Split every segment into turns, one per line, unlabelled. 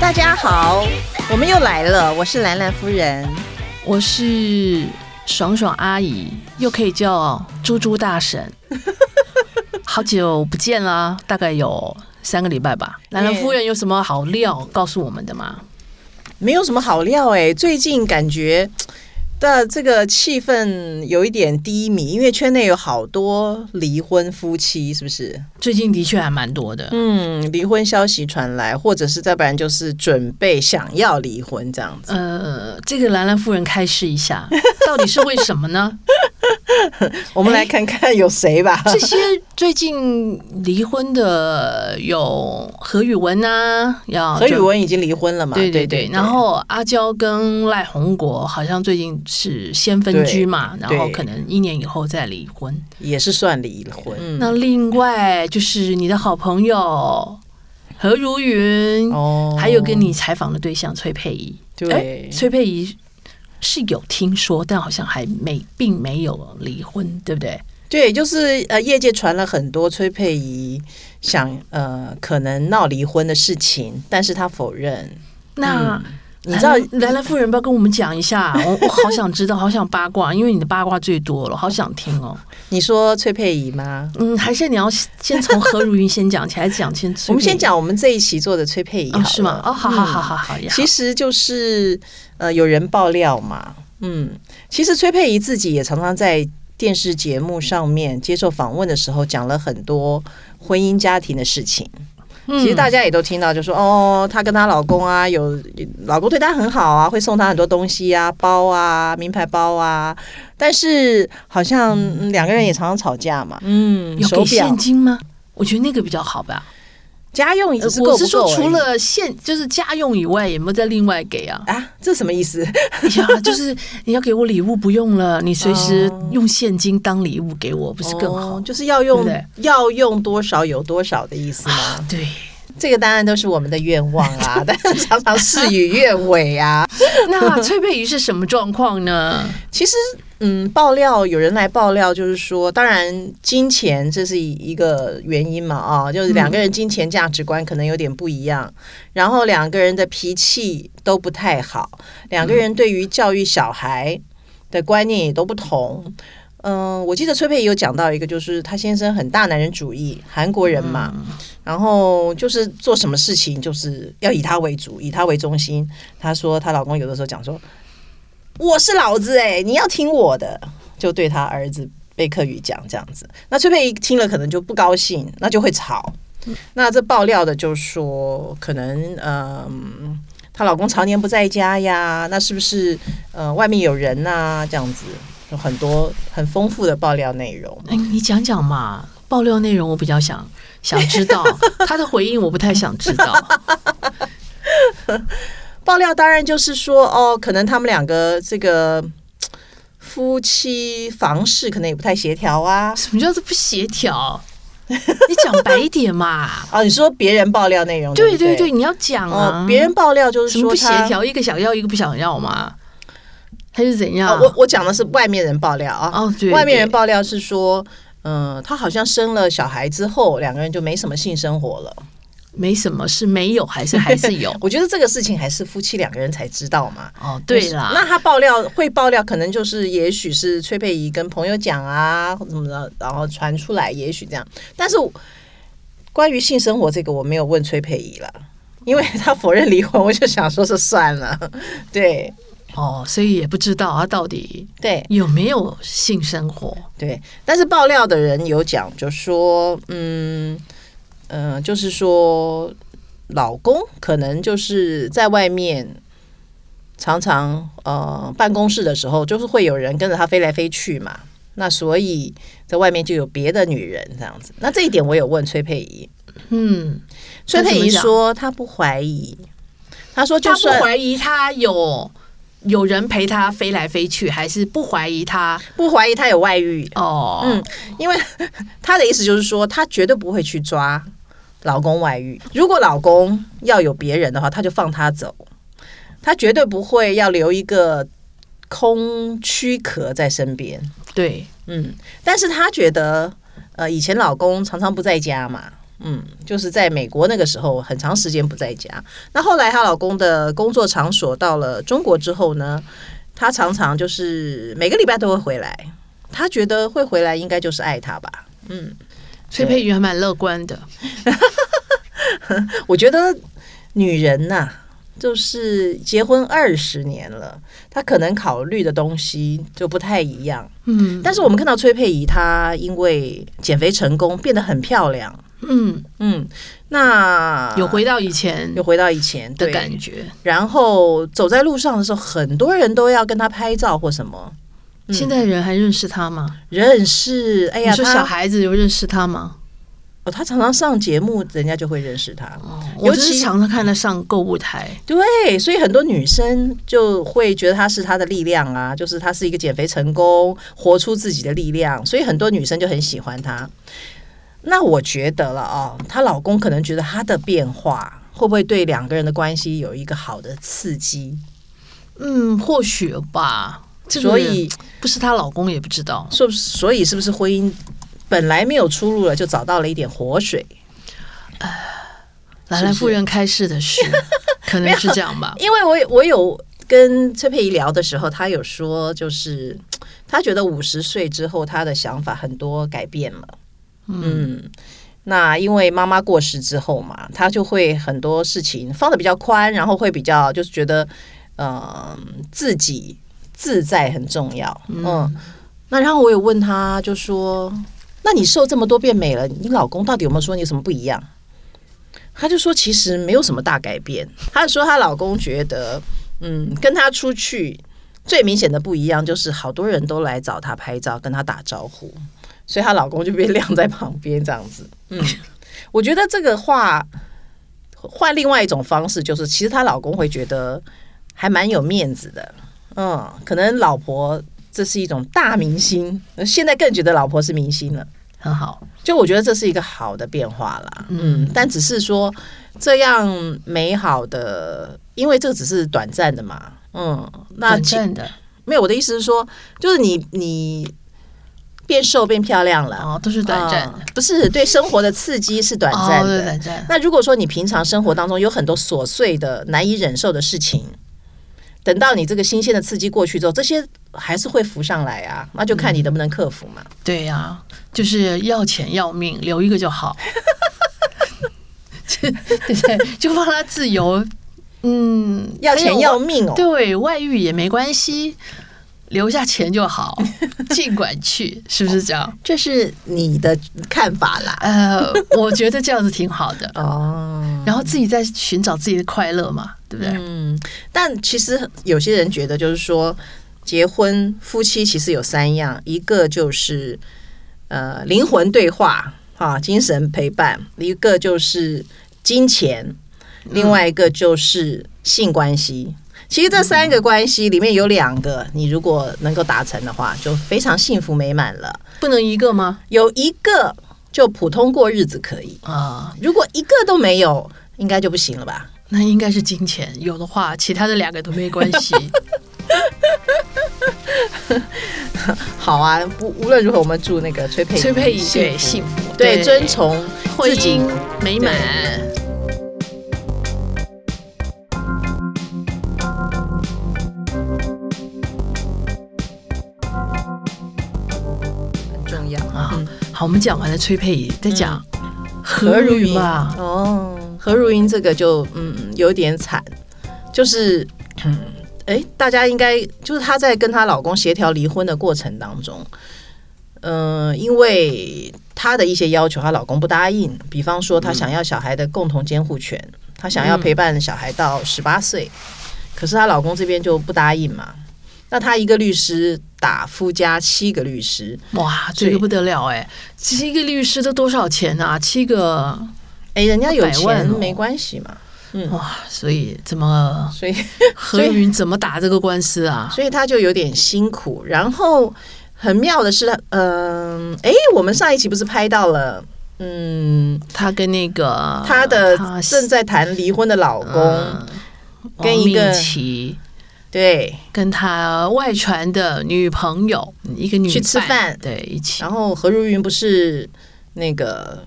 大家好，我们又来了，我是兰兰夫人。
我是爽爽阿姨，又可以叫猪猪大 婶。好久不见啦，大概有三个礼拜吧。兰兰夫人有什么好料告诉我们的吗？
没有什么好料哎、最近感觉的这个气氛有一点低迷，因为圈内有好多离婚夫妻，是不是？
最近的确还蛮多的。
嗯，离婚消息传来，或者是再不然就是准备想要离婚这样子。
呃，这个兰兰夫人开示一 下，到底是为什么呢？
我们来看看有谁吧。
这些最近离婚的有何宇文啊，要
何宇文已经离婚了嘛？
对对对，然后阿娇跟赖宏国好像最近是先分居嘛，然
对
后可能一年以后再离婚。
也是算离婚。嗯，
那另外就是你的好朋友何如云，
哦
还有跟你采访的对象崔佩仪。
对
诶崔佩仪是有听说，但好像还没并没有离婚，对不对？
对，就是呃，业界传了很多崔佩仪想呃可能闹离婚的事情，但是她否认。
那、
嗯你知道
兰兰兰夫人，不要跟我们讲一下，我我好想知道，好想八卦，因为你的八卦最多了，好想听哦。
你说崔佩仪吗？
嗯，还是你要先从何如云先讲起，还是讲先崔佩仪？
我们先讲我们这一期做的崔佩仪好
哦，
了、
是吗？哦，好好好
嗯
好好，也好
其实就是呃，有人爆料嘛，嗯，其实崔佩仪自己也常常在电视节目上面接受访问的时候，讲了很多婚姻家庭的事情。
嗯
其实大家也都听到，就说哦，她跟她老公啊，有老公对她很好啊，会送她很多东西啊，包啊，名牌包啊。但是好像嗯两个人也常常吵架嘛，嗯，
有
手
给
表
现、金吗？我觉得那个比较好吧。
家用也
呃
是够
我
不
是说
够而，已？？
除了现就是家用以外，有没有再另外给啊
啊，这什么意思？
哎呀，就是你要给我礼物不用了，你随时用现金当礼物给我，不是更好
哦？就是要用
对
要用多少有多少的意思吗？
对，
啊 这个当然都是我们的愿望啦，但是常常事与愿违啊。
那崔佩仪是什么状 况呢？
其实，嗯，爆料有人来爆料，就是说，当然金钱这是一个原因嘛，啊，就是两个人金钱价值观可能有点不一样，然后两个人的脾气都不太好，两个人对于教育小孩的观念也都不同。嗯，我记得崔佩仪有讲到一个，就是她先生很大男人主义，韩国人嘛，然后就是做什么事情就是要以她为主，以她为中心。她说她老公有的时候讲说：“我是老子哎、你要听我的。”就对她儿子贝克宇讲这样子。那崔佩仪听了可能就不高兴，那就会吵。那这爆料的就说，可能嗯，她老公常年不在家呀，那是不是呃外面有人呐、这样子有很多很丰富的爆料内容。
哎，你讲讲嘛，爆料内容我比较想想 知道，他的回应我不太想知道。
爆料当然就是说，哦，可能他们两个这个嘖夫妻房事可能也不太协调啊。
什么叫做不协调？ 你讲白一点嘛。
哦，你说别人爆料内容，
对
不
对
对
对，你要讲
哦，，
啊
别人爆料就是
什么
说
不协
他。
调，一个想要，一个不想要嘛，还是怎样？
哦、我我讲的是外面人爆料啊，
啊哦对
外面人
对
爆料是说，嗯、他好像生了小孩之后，两个人就没什么性生活了。
没什么，是没有还是还是
？
有
我觉得这个事情还是夫妻两个人才知道嘛。
哦，对
那
啦，
他爆料会爆料，可能就是也许是崔佩仪跟朋友讲啊，或怎么的，然后传出来，也许这样。但是我关于性生活这个，我没有问崔佩仪了，因为他否认离婚，我就想说是算了。对
哦，所以也不知道他到底
对
有没有性生活。
对，但是爆料的人有讲，就说嗯嗯、呃就是说老公可能就是在外面。常常呃办公室的时候，就是会有人跟着他飞来飞去嘛。那所以在外面就有别的女人这样子。那这一点我有问崔佩仪，
嗯，
崔佩仪
那怎么讲
说她不怀疑，她说就
他不
算
怀疑他有有人陪他飞来飞去，还是不怀疑他？
不怀疑她有外遇，
哦，
嗯因为她的意思就是说她绝对不会去抓老公外遇。如果老公要有别人的话，她就放他走，她绝对不会要留一个空躯壳在身边。
对，
嗯，但是她觉得，呃，以前老公常常不在家嘛，嗯，就是在美国那个时候，很长时间不在家。那后来她老公的工作场所到了中国之后呢，她常常就是每个礼拜都会回来。她觉得会回来应该就是爱他吧。嗯，
崔佩瑜还蛮乐观的，
我觉得女人呐、就是结婚二十年了，她可能考虑的东西就不太一样。
嗯
但是我们看到崔佩仪，她因为减肥成功变得很漂亮。
嗯，
嗯，那
有回到以前
又回到以前
的
对
感觉。
然后走在路上的时候，很多人都要跟他拍照或什么。嗯
现在人还认识他吗？
认识，哎
你
呀，
说小
他
孩子有认识他吗？
哦，他常常上节目，人家就会认识他。
哦，
尤
我
其
只是常常看他上购物台，
对，所以很多女生就会觉得他是他的力量啊，就是他是一个减肥成功，活出自己的力量，所以很多女生就很喜欢他。那我觉得了啊、她老公可能觉得她的变化会不会对两个人的关系有一个好的刺激，
嗯，或许吧。这个
所以
不是她老公也不知道，
所所以是不是婚姻本来没有出路了，就找到了一点活水？
兰兰夫人开示 的是，可能是这样吧。
因为我有我有跟崔佩仪聊的时候，她有说，就是她觉得五十岁之后，她的想法很多改变了。嗯，那因为妈妈过世之后嘛，她就会很多事情放的比较宽，然后会比较就是觉得，嗯、自己自在很重要。嗯，那然后我有问她，就说。那你瘦这么多变美了，你老公到底有没有说你有什么不一样？她就说其实没有什么大改变。 她说她老公觉得，嗯，跟她出去最明显的不一样就是好多人都来找她拍照，跟她打招呼，所以她老公就被晾在旁边这样子。嗯，我觉得这个话换另外一种方式，就是其实她老公会觉得还蛮有面子的。嗯，可能老婆这是一种大明星，现在更觉得老婆是明星了。
很好，
就我觉得这是一个好的变化啦，嗯，但只是说这样美好的，因为这只是短暂的嘛，嗯，那
短
其
暂的
没有我的意思是说，就是你你变瘦变漂亮了，
哦，都是短暂的
嗯，不是对生活的刺激是啊短
哦
暂
对
的。
短暂。
那如果说你平常生活当中有很多琐碎的、难以忍受的事情，等到你这个新鲜的刺激过去之后，这些还是会浮上来啊，那就看
嗯
你能不能克服嘛。
对呀、就是要钱要命，留一个就好。 对不对？就放他自由。嗯，
要钱
没有
要命哦，
对外遇也没关系，留下钱就好，尽管去，是不是这样？
这是你的看法啦。
呃，我觉得这样子挺好 的，
哦，
然后自己再寻找自己的快乐嘛，对不对？
嗯，但其实有些人觉得，就是说，结婚夫妻其实有三样，一个就是呃灵魂对话啊，精神陪伴；一个就是金钱，另外一个就是性关系。其实这三个关系里面有两个，你如果能够达成的话，就非常幸福美满了。
不能一个吗？
有一个就普通过日子可以，
啊、
如果一个都没有，应该就不行了吧？
那应该是金钱，有的话，其他的两个都没关 系。
好啊，无无论如何，我们祝那个崔佩仪
崔佩仪
幸
对
福
幸福，
对遵从
婚
自己
姻美满。
很重要
啊，好，我们讲完了崔佩仪，再讲何
嗯何
如
如
云
云
吧。嗯
哦，何如云这个就嗯有点惨，就是嗯哎，大家应该就是她在跟她老公协调离婚的过程当中，嗯、因为她的一些要求，她老公不答应，比方说她想要小孩的共同监护权，她想要陪伴小孩
嗯
到十八岁，可是她老公这边就不答应嘛。那她一个律师打夫家七个律师，
哇，
对
这个不得了哎！其实一个律师都多少钱啊？七个
哎，人家有
100万
钱
哦
没关系嘛，
哇，所以怎么
所以
何云怎么打这个官司啊？
所以他就有点辛苦。然后很妙的是，嗯、诶哎，我们上一期不是拍到了，嗯，
他跟那个
她的
他
正在谈离婚的老公，
嗯
跟一个
王命琪
对，
跟他外传的女朋友，一个女
去吃
伴
饭
对，一起
然后何如云不是那个。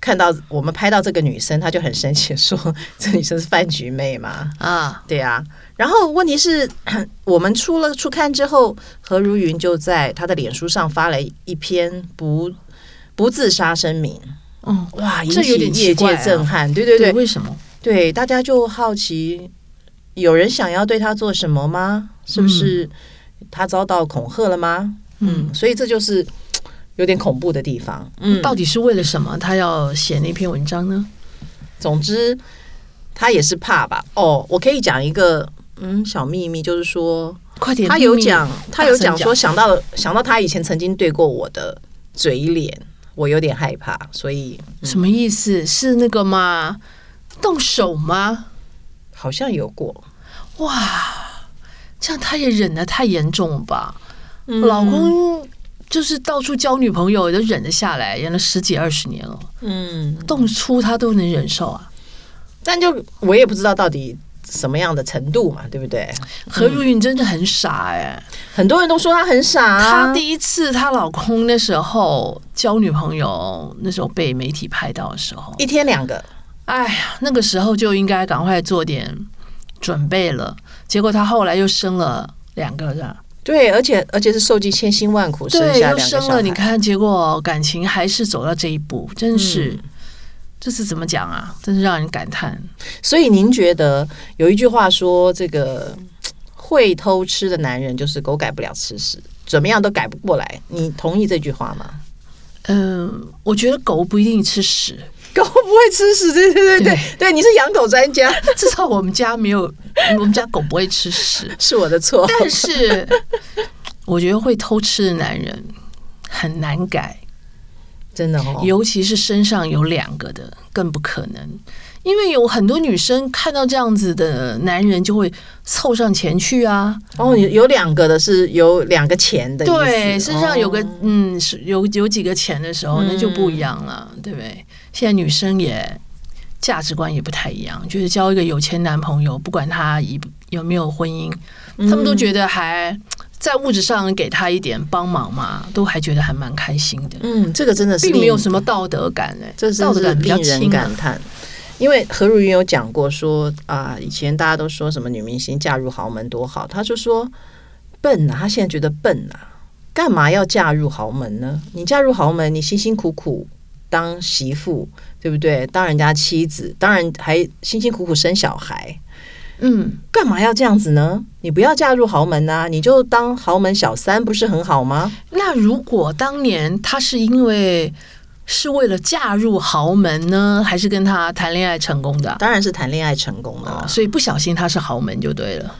看到我们拍到这个女生，他就很生气地说：“ 这女生是饭局妹嘛
啊？”，
对啊。然后问题是， 我们出了初刊之后，何如云就在她的脸书上发了一篇不不自杀声明，
嗯，
哇，引
这有
起
点
业
奇怪
界
啊
震撼。对对对，
为什么？
对，大家就好奇，有人想要对他做什么吗？是不是他遭到恐吓了吗？
嗯，
所以这就是嘖有点恐怖的地方。嗯，
到底是为了什么他要写那篇文章呢？
总之他也是怕吧。哦，我可以讲一个嗯小秘密，就是说
快点，
他
秘
有
密
讲，他有讲
大声
说想到想到他以前曾经对过我的嘴脸，我有点害怕，所以
什么意思？是那个吗？动手吗？
好像有过。
这样他也忍得太严重了吧？
嗯
老公就是到处交女朋友，也都忍得下来，忍了十几二十年了，
嗯，
动粗他都能忍受啊。
但就我也不知道到底什么样的程度嘛，对不对？
何
嗯
如云真的很傻哎、
很多人都说她很傻、啊，
她第一次她老公那时候交女朋友，那时候被媒体拍到的时候，
一天两个，
哎呀，那个时候就应该赶快做点准备了。结果她后来又生了两个人，
对，而且而且是受尽千辛万苦生
对，
下两
又
个小
生
孩，
了。你看，结果感情还是走到这一步，真是。这是怎么讲啊？真是让人感叹。
所以您觉得有一句话说，这个嘖会偷吃的男人就是狗改不了吃屎，怎么样都改不过来，你同意这句话吗？
嗯、我觉得狗不一定吃屎，
狗不会吃屎，对对对 对
对
对，你是养狗专家，
至少我们家没有，我们家狗不会吃屎。
是我的错。
但是我觉得会偷吃的男人很难改，
真的哦，
尤其是身上有两个的更不可能，因为有很多女生看到这样子的男人就会凑上前去啊，
哦，有有两个的是有两个钱的意思，
对，身上有个、
哦
嗯是有有几个钱的时候，那就不一样了，对
嗯
不对？现在女生也价值观也不太一样，就是交一个有钱男朋友，不管他一有没有婚姻，他们都觉得还在物质上给他一点帮忙嘛，都还觉得还蛮开心的，
嗯，这个真的是
并没有
令
什么道德感哎、
这
道
真
德
是
感比较
令人
轻、啊
感。叹。因为何如云有讲过说啊，以前大家都说什么女明星嫁入豪门多好，她就说笨啊，她现在觉得笨啊，干嘛要嫁入豪门呢？你嫁入豪门，你辛辛苦苦当媳妇，对不对？当人家妻子，当然还辛辛苦苦生小孩，
嗯，
干嘛要这样子呢？你不要嫁入豪门呐、你就当豪门小三，不是很好吗？
那如果当年他是因为是为了嫁入豪门呢，还是跟他谈恋爱成功的啊？
当然是谈恋爱成功了啦
哦，。所以不小心他是豪门就对了。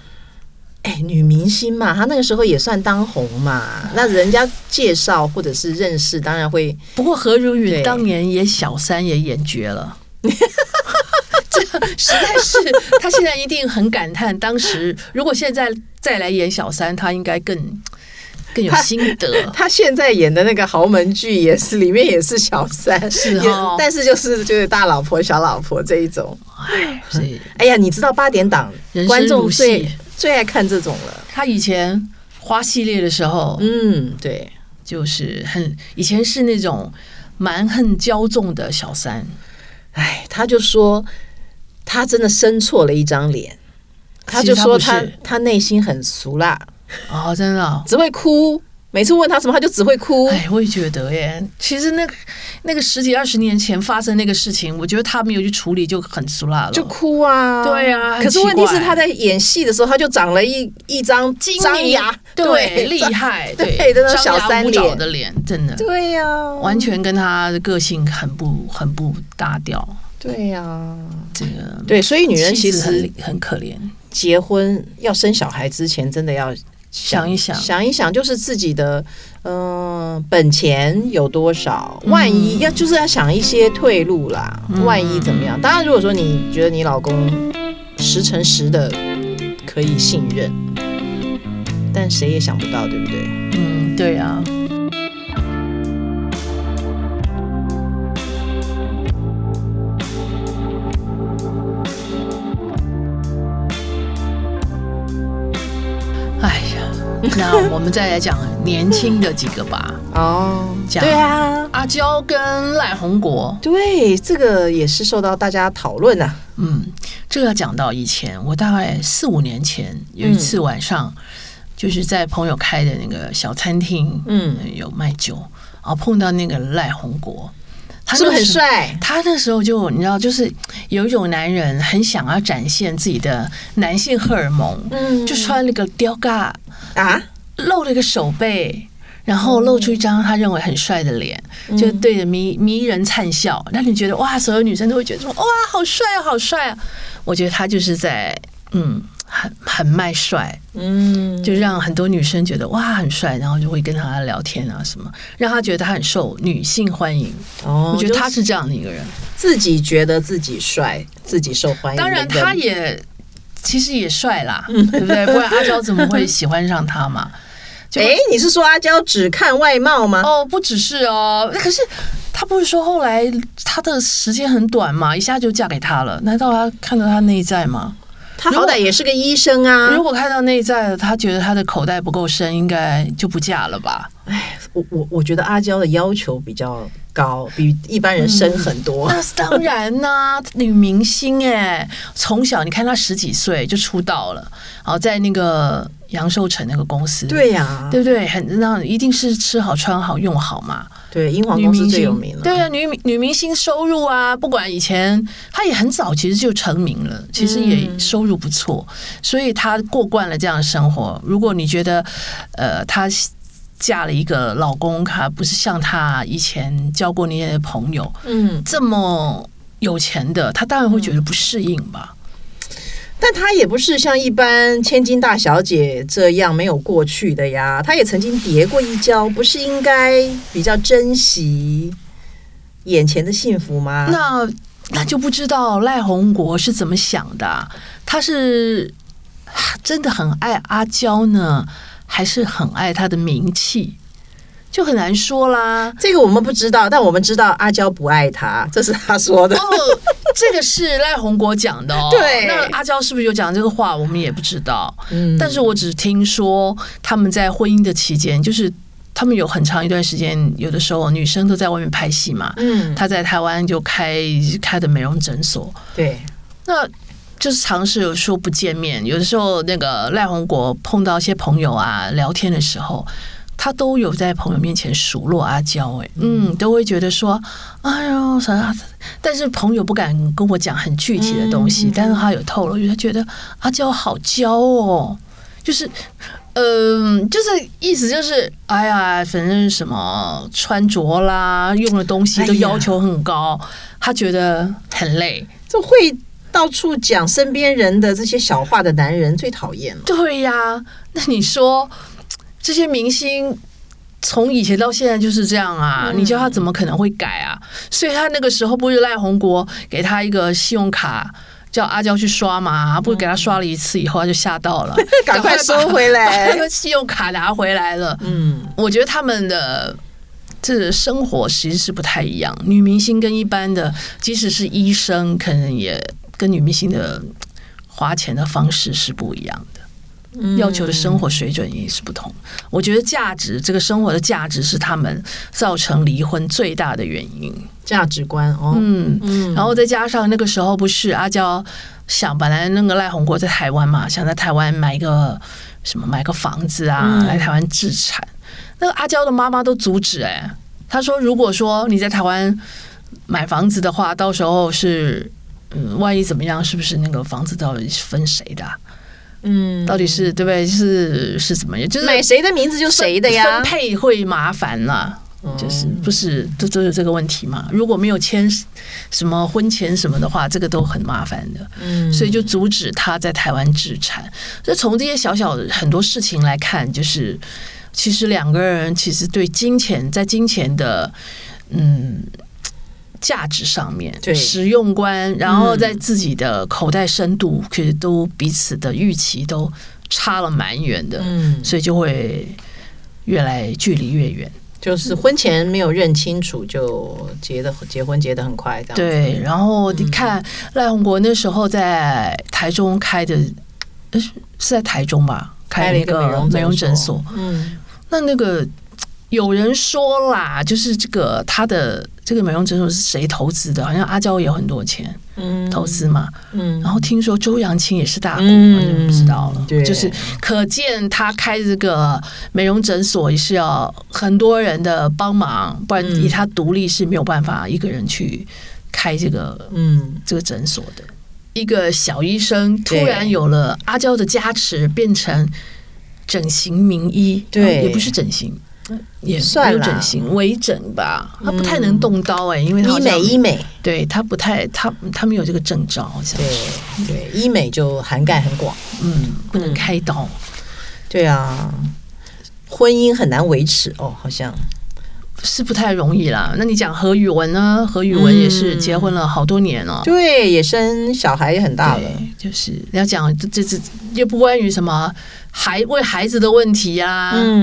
哎，女明星嘛，她那个时候也算当红嘛，那人家介绍或者是认识，当然会
不过何如
对
云当年也小三也演绝 了。这实在是，他现在一定很感叹。当时如果现在再来演小三，他应该更更有心 得。
她现在演的那个豪门剧也是，里面也是小三，
是
也
哦
但是就是就是大老婆、小老婆这一种。
所以
哎呀，你知道八点档
人
观
生
众
如
最
戏。
最爱看这种了。
他以前花系列的时候，
嗯，对，
就是很以前是那种蛮横骄纵的小三，
哎，她就说她真的生错了一张脸，她就说
其实她
她
不是
她内心很俗辣，
哦，真的哦、
只会哭。每次问她什么，她就只会哭。
哎，我也觉得耶。其实那个那个十几二十年前发生那个事情，我觉得他没有去处理就很俗辣了。
就哭啊，
对啊
可是问题
很奇
是
怪
他在演戏的时候，他就长了一一张
狰狞
张牙，
对厉
张，
害，
对
对
那种
张牙
小三
舞爪
脸
的脸，真的
对呀、
完全跟他的个性很不很不搭调。
对呀、
这个
对，所以女人
妻
其
子
实
很很可怜，
结婚要生小孩之前，真的要
想一想，
想一想，就是自己的嗯、呃本钱有多少，万一要就是要想一些退路啦，万一怎么样？当然，如果说你觉得你老公十成十的可以信任，但谁也想不到，对不对？
嗯，对啊。哎呀，那我们再来讲年轻的几个吧，
哦，
这样
对啊，
阿娇跟赖宏国。
对，这个也是受到大家讨论呐、啊。
嗯，这个要讲到以前，我大概四五年前有一次晚上，就是在朋友开的那个小餐厅，
嗯，
有卖酒，然后碰到那个赖宏国，他
是不是
那
很
时候
帅？
他那时候就你知道，就是有一种男人很想要展现自己的男性荷尔蒙，
嗯
就穿了个吊嘎，
啊，
露了一个手背，然后露出一张他认为很帅的脸，
嗯
就对着迷迷人灿笑，让你觉得哇，所有女生都会觉得说哇，好帅啊，好帅啊！我觉得他就是在嗯，很很卖帅，
嗯，
就让很多女生觉得哇很帅，然后就会跟他聊天啊什么，让他觉得他很受女性欢迎。
哦，
我觉得
就
他是这样的一个人。
自己觉得自己帅，自己受欢迎的
当
人。
然，他也其实也帅 啦，对不对？不然阿娇怎么会喜欢上他嘛？就
哎，你是说阿娇只看外貌吗？
哦，不只是哦，可是他不是说后来他的时间很短嘛，一下就嫁给他了？难道他看到他内在吗？
他
如
好
果
歹也是个医生啊
如。果看到内在了，他觉得他的口袋不够深，应该就不嫁了吧？
我我我觉得阿娇的要求比较高，比一般人
嗯
深很多。
那是当然啦、女明星哎、从小你看她十几岁就出道了，然后在那个杨受成那个公司，
对啊呀、
对不对？很那一定是吃好穿好用好嘛。
对，英皇
女
公司
明
最有
星
名了。
对啊，女明女明星收入啊，不管以前她也很早其实就成名
嗯
了，其实也收入不错，所以她过惯了这样的生活。如果你觉得呃她嫁了一个老公，她不是像她以前交过那些朋友
嗯，
这么有钱的，她当然会觉得不适应吧。
但她也不是像一般千金大小姐这样没有过去的呀，她也曾经跌过一跤，不是应该比较珍惜眼前的幸福吗？
那那就不知道赖宏国是怎么想的啊、他是啊真的很爱阿娇呢，还是很爱他的名气？就很难说啦。
这个我们不知道，但我们知道阿娇不爱他，这是她说的。
哦，这个是赖宏国讲的哦。
对
那阿娇是不是有讲这个话？我们也不知道。
嗯
但是我只听说他们在婚姻的期间，就是他们有很长一段时间，有的时候女生都在外面拍戏嘛。
嗯，
她在台湾就开开的美容诊所，
对，
那就是尝试有说不见面，有的时候那个赖宏国碰到一些朋友啊，聊天的时候。他都有在朋友面前数落阿娇、哎，嗯，都会觉得说，哎呦啥，但是朋友不敢跟我讲很具体的东
嗯
西，
嗯嗯
但是他有透露，因为他觉得阿娇好娇哦，就是，嗯、就是意思就是，哎呀，反正什么穿着啦，用的东西都
哎呀
要求很高，他觉得很累，
这会到处讲身边人的这些小话的男人最讨厌了。，
对呀、那你说这些明星从以前到现在就是这样啊，你叫他怎么可能会改啊？所以他那个时候不是赖宏国给他一个信用卡。叫阿娇去刷嘛，不是给他刷了一次以后，他就吓到了
赶快收回来
把那个信用卡拿回来了。
嗯，
我觉得他们的这生活其实是不太一样，女明星跟一般的，即使是医生，可能也跟女明星的嗯花钱的方式是不一样的。
嗯
要求的生活水准也是不同，我觉得价值这个生活的价值是他们造成离婚最大的原因。
价值观哦，
嗯，
嗯，
然后再加上那个时候不是阿娇想本来那个赖宏国在台湾嘛，想在台湾买一个什么买个房子啊，
嗯
来台湾置产。那个阿娇的妈妈都阻止哎、她说如果说你在台湾买房子的话，到时候是嗯，万一怎么样，是不是那个房子到底是分谁的啊、
嗯，
到底是对不对？是是怎么样？就是
买谁的名字就谁的呀哦
分，配会麻烦啦、就是不是都都有这个问题嘛？如果没有签什么婚前什么的话，这个都很麻烦的，
嗯，
所以就阻止他在台湾置产。所以从这些小小的很多事情来看，就是其实两个人其实对金钱在金钱的嗯。价值上面，
对嗯
使用观，然后在自己的口袋深度，其实都彼此的预期都差了蛮远的。
嗯，
所以就会越来距离越远。
就是婚前没有认清楚就结的结婚结得很快，这样子，
对，然后你看赖宏国那时候在台中开的，呃是是在台中吧？
开了一个美容
美容诊
诊
所。
嗯，
那那个有人说啦，就是这个他的这个美容诊所是谁投资的？好像阿娇也有很多钱
嗯
投资嘛。
嗯，
然后听说周扬青也是大股，
嗯
我就不知道了。
对
就是可见他开这个美容诊所也是要很多人的帮忙，不然
嗯
以他独立是没有办法一个人去开这个
嗯，
这个诊所的。一个小医生突
对
然有了阿娇的加持，变成整形名医，
对
啊也不是整形。也没
算
有
啦
整形，微整吧，他不太能动刀哎、因为他好
医美
像
医美，
对他不太他他没有这个证照，好像
对对，医美就涵盖很广。
嗯不能开刀，
对啊，婚姻很难维持哦，好像
是不太容易啦。那你讲何宇文呢？何宇文也是
嗯
结婚了好多年哦、
对，也生小孩也很大了。
对，就是要讲这这这又不关于什么孩为孩子的问题呀、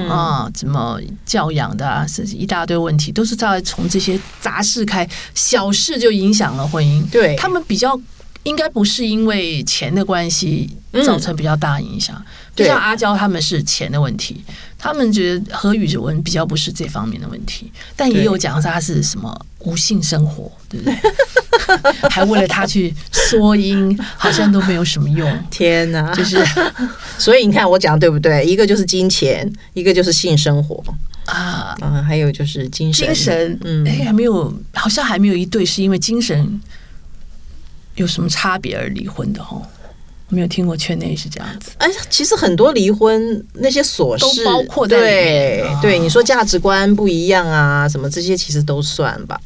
啊，
嗯
怎么教养的、啊，是一大堆问题，都是在从这些杂事开，小事就影响了婚姻。
对，
他们比较应该不是因为钱的关系
嗯
造成比较大影响，就
对
像阿娇他们是钱的问题，他们觉得何宇文比较不是这方面的问题，但也
对
有讲是他是什么无性生活，对不对？ 还为了他去缩阴，好像都没有什么用，
天哪！
就是
所以你看我讲对不对？一个就是金钱，一个就是性生活，
啊。
啊，还有就是精神。
精神，
嗯
哎，还没有，好像还没有一对是因为精神有什么差别而离婚的哦，没有听过圈内是这样子。
哎，其实很多离婚那些琐事
都包括在里面
对、
啊
对，你说价值观不一样啊，什么这些其实都算吧。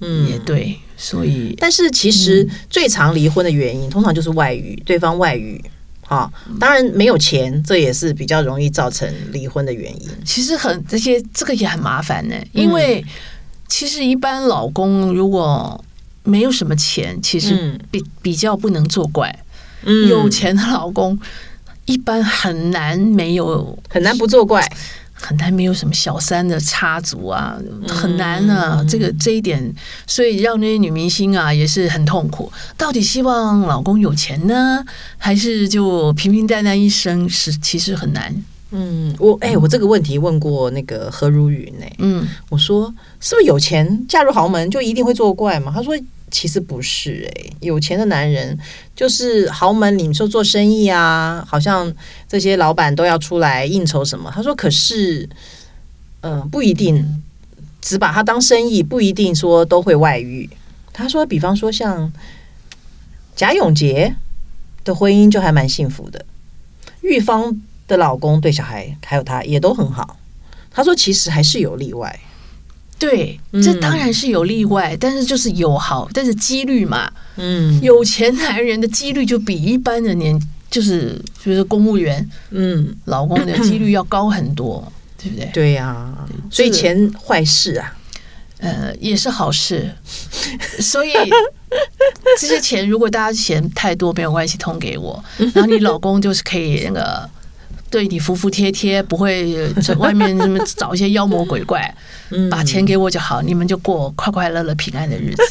嗯，
也对，所以
但是其实最常离婚的原因，通常就是外遇，对方外遇。啊，
嗯
当然没有钱，这也是比较容易造成离婚的原因。
其实很这些这个也很麻烦呢、
嗯
因为其实一般老公如果没有什么钱，其实
嗯
比、比较不能作怪。
嗯
有钱的老公一般很难没有
很难不作怪。
很难没有什么小三的插足啊，
嗯
很难啊，这个这一点，所以让那些女明星啊也是很痛苦。到底希望老公有钱呢，还是就平平淡淡一生是其实很难。
嗯，我哎、我这个问题问过那个何如云呢、
嗯，
我说是不是有钱嫁入豪门就一定会作怪嘛？他说其实不是、诶，有钱的男人就是豪门，你说做生意啊，好像这些老板都要出来应酬什么。他说可是，嗯、不一定，只把他当生意，不一定说都会外遇。他说，比方说像贾永杰的婚姻就还蛮幸福的，玉芳的老公对小孩还有他也都很好。他说其实还是有例外。
对，
嗯
这当然是有例外，但是就是有好，但是几率嘛，
嗯
有钱男人的几率就比一般的年，就是比如说公务员
嗯，
老公的几率要高很 多，对不对？
对呀、所以
这个
钱坏事啊，
呃，也是 好事，所以这些钱如果大家嫌太多没有关系，通 给我，然后你老公就是可以那个。对你服服帖帖，不会在外面什么找一些妖魔鬼怪，
嗯
把钱给我就好，你们就过快快乐乐、平安的日 子，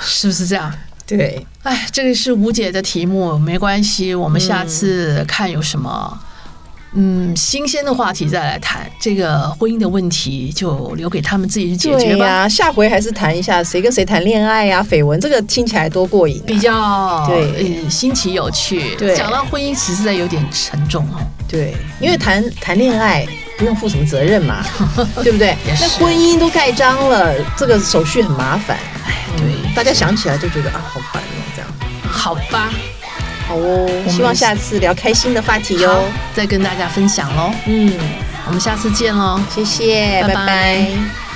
是不是这样？
对，
哎，这个是无解的题目，没关系，我们下次看有什么嗯新鲜的话题再来谈。这个婚姻的问题就留给他们自己去解决
对
吧，
呀、下回还是谈一下谁跟谁谈恋爱呀、啊绯闻这个听起来多过瘾、啊
比较
对
嗯新奇有趣。
对
讲到婚姻，其实在有点沉重哦。
对，因为谈谈恋爱不用负什么责任 嘛，对不对？
也是
那婚姻都盖章了，这个手续很麻烦，哎
对，
大家想起来就觉得啊，好烦哦，这样。
好吧，
好哦，
们
希望下次聊开心的话题
好
哦。，
再跟大家分享喽。
嗯，
我们下次见喽。
谢谢，
拜拜
拜拜